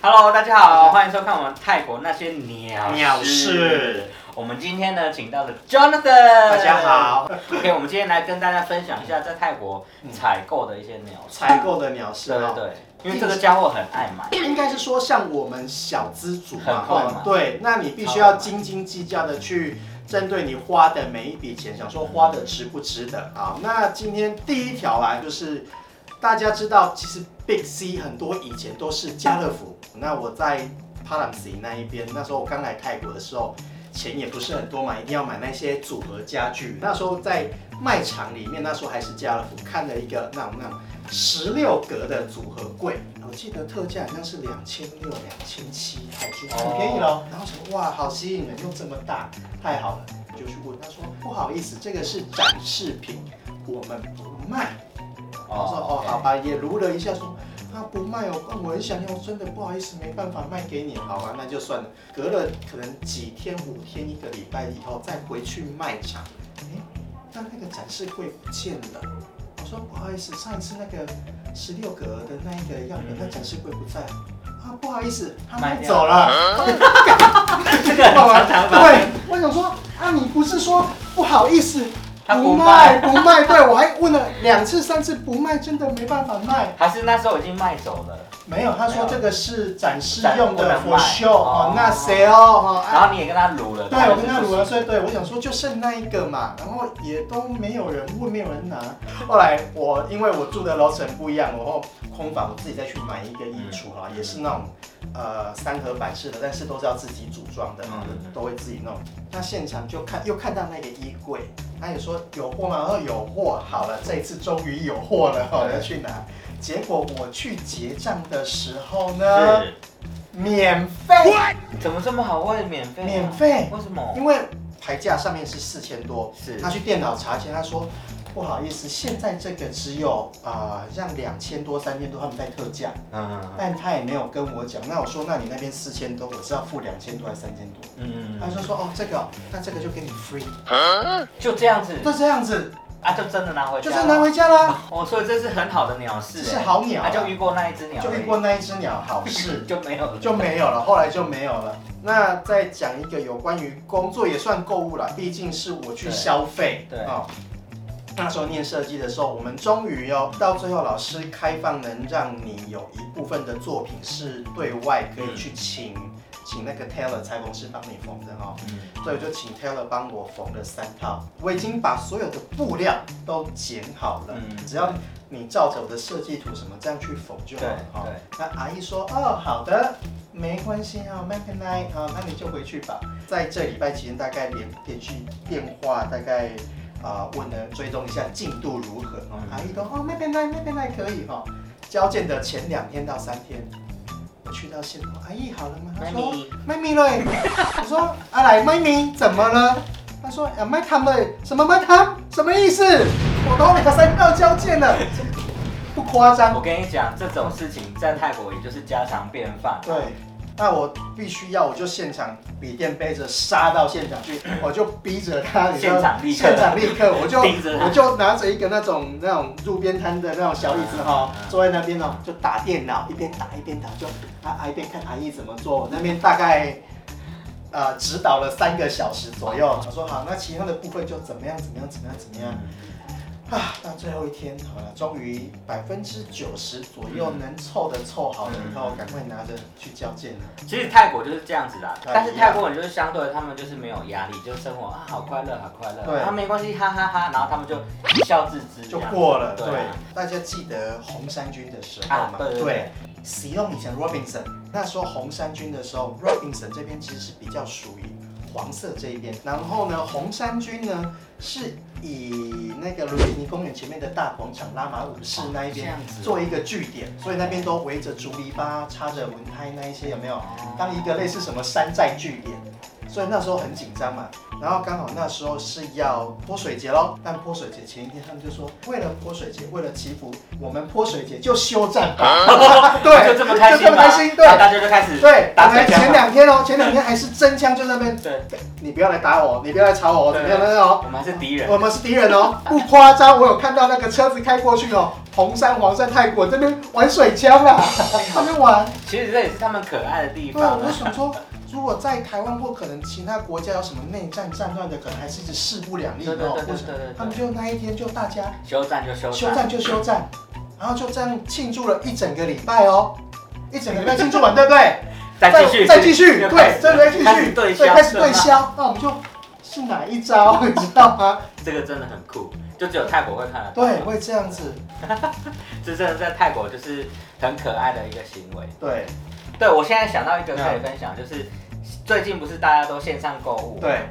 Hello，大家好，欢迎收看我们泰国那些鸟鸟事事。我们今天呢，请到了 Jonathan。大大家。好， OK，我们今天来跟大家分享一下在泰国采购的一些鸟事。采购的鸟事对对哦，对，因为这个家伙很爱买。应该是说像我们小资族嘛，很快嘛哦，对，那你必须要斤斤计较的去针对你花的每一笔钱，想说花的值不值得啊？那今天第一条来就是大家知道，其实 Big C 很多以前都是家乐福，那我在 p a l a m s 那一边，那时候我刚来泰国的时候。钱也不是很多嘛，一定要买那些组合家具。那时候在卖场里面，那时候还是家乐福，看了一个那种那种十六格的组合柜，我记得特价好像是两千六、两千七泰铢，很便宜咯。然后想哇，好吸引人，又这么大，太好了，就去问他说不好意思，这个是展示品，我们不卖。我说哦，好吧，也撸了一下说。他不卖哦，但我很想要，真的不好意思，没办法卖给你，好吧，那就算了。隔了可能几天、五天、一个礼拜以后，再回去卖场，哎，那那个展示柜不见了。我说不好意思，上一次那个十六格的那一个样本，那展示柜不在。啊，不好意思，他卖卖掉走了。啊 这个很常常发生 对，我想说，啊，你不是说不好意思，他不不卖卖不卖？对我还问了两次、三次，不卖真的没办法卖。还是那时候已经卖走了，没有，他没有说这个是展示展用不的能 for 卖 show 哦哦，那谁哦哦，然啊，后你也跟他撸了。对我跟他就是卤了，所以对我想说就剩那一个嘛，然后也都没有人问，没有人拿。后来我因为我住的楼层不一样，然后空房我自己再去买一个衣橱哈，也是那种呃三合板式的，但是都是要自己组装的，嗯都会自己弄。那现场就看又看到那个衣柜，他也说有货吗？我说有货，好了，这一次终于有货了，我要去拿。结果我去结账的时候呢，是免费，怎么这么好为免费？啊免费为什么？因为牌价上面是四千多，是他去电脑查钱，他说不好意思，现在这个只有啊、呃让两千多、三千多他们在特价，嗯但他也没有跟我讲。那我说，那你那边四千多，我是要付两千多还是三千多？嗯他就说哦，这个哦、那这个就给你 free，就这样子就这样子，啊，就真的拿回家就了，是拿回家啦。哦，所以这是很好的鸟事、欸，是好鸟啊，就遇过那一只鸟而已，就 遇过那一只鸟，好事就没有了，就没有了，后来就没有了。那再讲一个有关于工作也算购物了，毕竟是我去对消费。对哦，那时候念设计的时候，我们终于哦，到最后老师开放能让你有一部分的作品是对外可以去请、请那个 tailor 裁缝师帮你缝的哦。嗯，所以我就请 Taylor 帮我缝了三套，我已经把所有的布料都剪好了，嗯只要你照着我的设计图什么这样去缝就好哦了对哈对。那阿姨说，哦，好的，没关系啊、m a k e night 啊、那你就回去吧。在这礼拜期间，大概连连续电话大概啊、问了追踪一下进度如何哦嗯，阿姨都哦 make night make night 可以哈、交件的前两天到三天，我去到现场，阿姨好了吗？她那说。你卖米了欸， 我说阿来卖米怎么了？他说啊卖汤了欸，什么卖汤？什么意思？我都两三道交件了，不夸我张。跟你讲，这种事情在泰国也就是家常便饭，对，那我必须要，我就现场笔电背着杀到现场 去，我就逼着他，你知道现场立刻现场立刻，我 就盯着他我就拿着一个那种那种路边摊的那种小椅子哈嗯嗯，坐在那边哦，就打电脑，一边打一边打，就啊啊一边看阿姨怎么做，我那边大概。呃，指导了三个小时左右。我说好，那其他的部分就怎么样，怎么样，怎么样，怎嗯么样啊？到最后一天好了，终于百分之九十左右嗯能凑的凑好了以后，赶快拿着去交件了。其实泰国就是这样子啦，对但是泰国人就是相对他们就是没有压力，就生活啊好快乐好快乐，对啊没关系哈哈哈，然后他们就笑自知这就样，过了。嗯对对啊，大家记得红衫军的时候啊嘛？对对对对，使用以前 Robinson 那时候红衫军的时候，Robinson 这边其实是比较属于黄色这一边，然后呢，红衫军呢是以那个卢比尼公园前面的大广场拉玛五世那一哦这边样子做一个据点，所以那边都围哦着竹篱笆、插着轮胎那一些有没有？当一个类似什么山寨据点，所以那时候很紧张嘛。然后刚好那时候是要泼水节喽，但泼水节前一天他们就说，为了泼水节，为了祈福，我们泼水节就休战吧。 对，啊就这么开就心这么吗？开心，对然后大家啊就开始对。我打们水前枪嘛。两天哦，前两天还是真枪就在那边，对，你不要来打我，哦你不要来吵我，对怎么样怎么样哦。我们还是敌人我。们是敌人哦，不夸张，我有看到那个车子开过去哦，红山、黄山、泰国这边玩水枪 啦，他们玩。其实这也是他们可爱的地对，我方就啊。想说，如果在台湾或可能其他国家有什么内战、战乱的，可能还是一直势不两立对的对对哦。对为什么？对对他们对。就那一天就大家休战就休休战，战就休战，然后就这样庆祝了一整个礼拜哦，一整个礼拜庆祝完，对不对？ 再继续再继续，又对，再来继开始续，对对，消开始对消，那我们就。是哪一招，你知道吗？这个真的很酷，就只有泰国会看得到。对，会这样子，这真的在泰国就是很可爱的一个行为。对对我现在想到一个可以嗯分享，就是最近不是大家都线上购物，对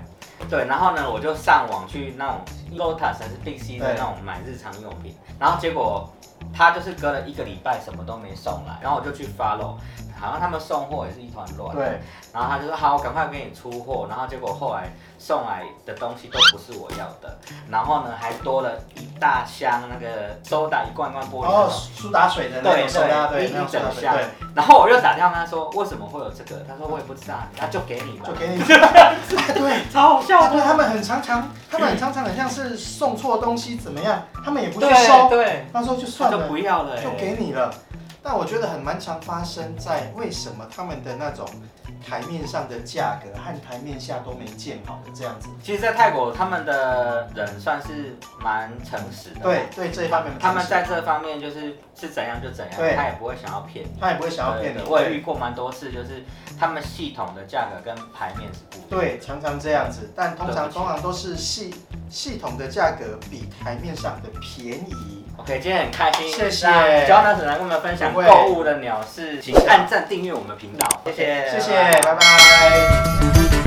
对，然后呢，我就上网去那种 Lotus 还是 Big C 的对那种买日常用品，然后结果他就是隔了一个礼拜什么都没送来，然后我就去 follow，好像他们送货也是一团乱，对。然后他就说好，我赶快给你出货，然后结果后来送来的东西都不是我要的，然后呢还多了一大箱那个 soda 一罐一罐玻璃那哦，种苏打水的那种对手拉对对，那种一手拉整对箱对，然后我又打电话跟他说为什么会有这个，他说我也不知道，啊那就给你吧， 就给你。 对，超好笑对，的，他们很常常，他们很常常很像是送错东西怎么样，他们也不去对收，对，他说就他算就了，不要了、欸，就给你了。但我觉得很蛮常发生在为什么他们的那种台面上的价格和台面下都没见好的这样子。其实，在泰国，他们的人算是蛮诚实的。对，对，这一方面他们在这方面就是是怎样就怎样，对他也不会想要骗你。他也不会想要骗你对，我也遇过蛮多次，就是他们系统的价格跟牌面是不一样。对，常常这样子，但通对常不起通常都是系系统的价格比台面上的便宜。 OK，今天很开心，谢谢那交大指南跟我们分享不会购物的鸟事，请按赞订阅我们频道，谢谢，谢谢，拜拜。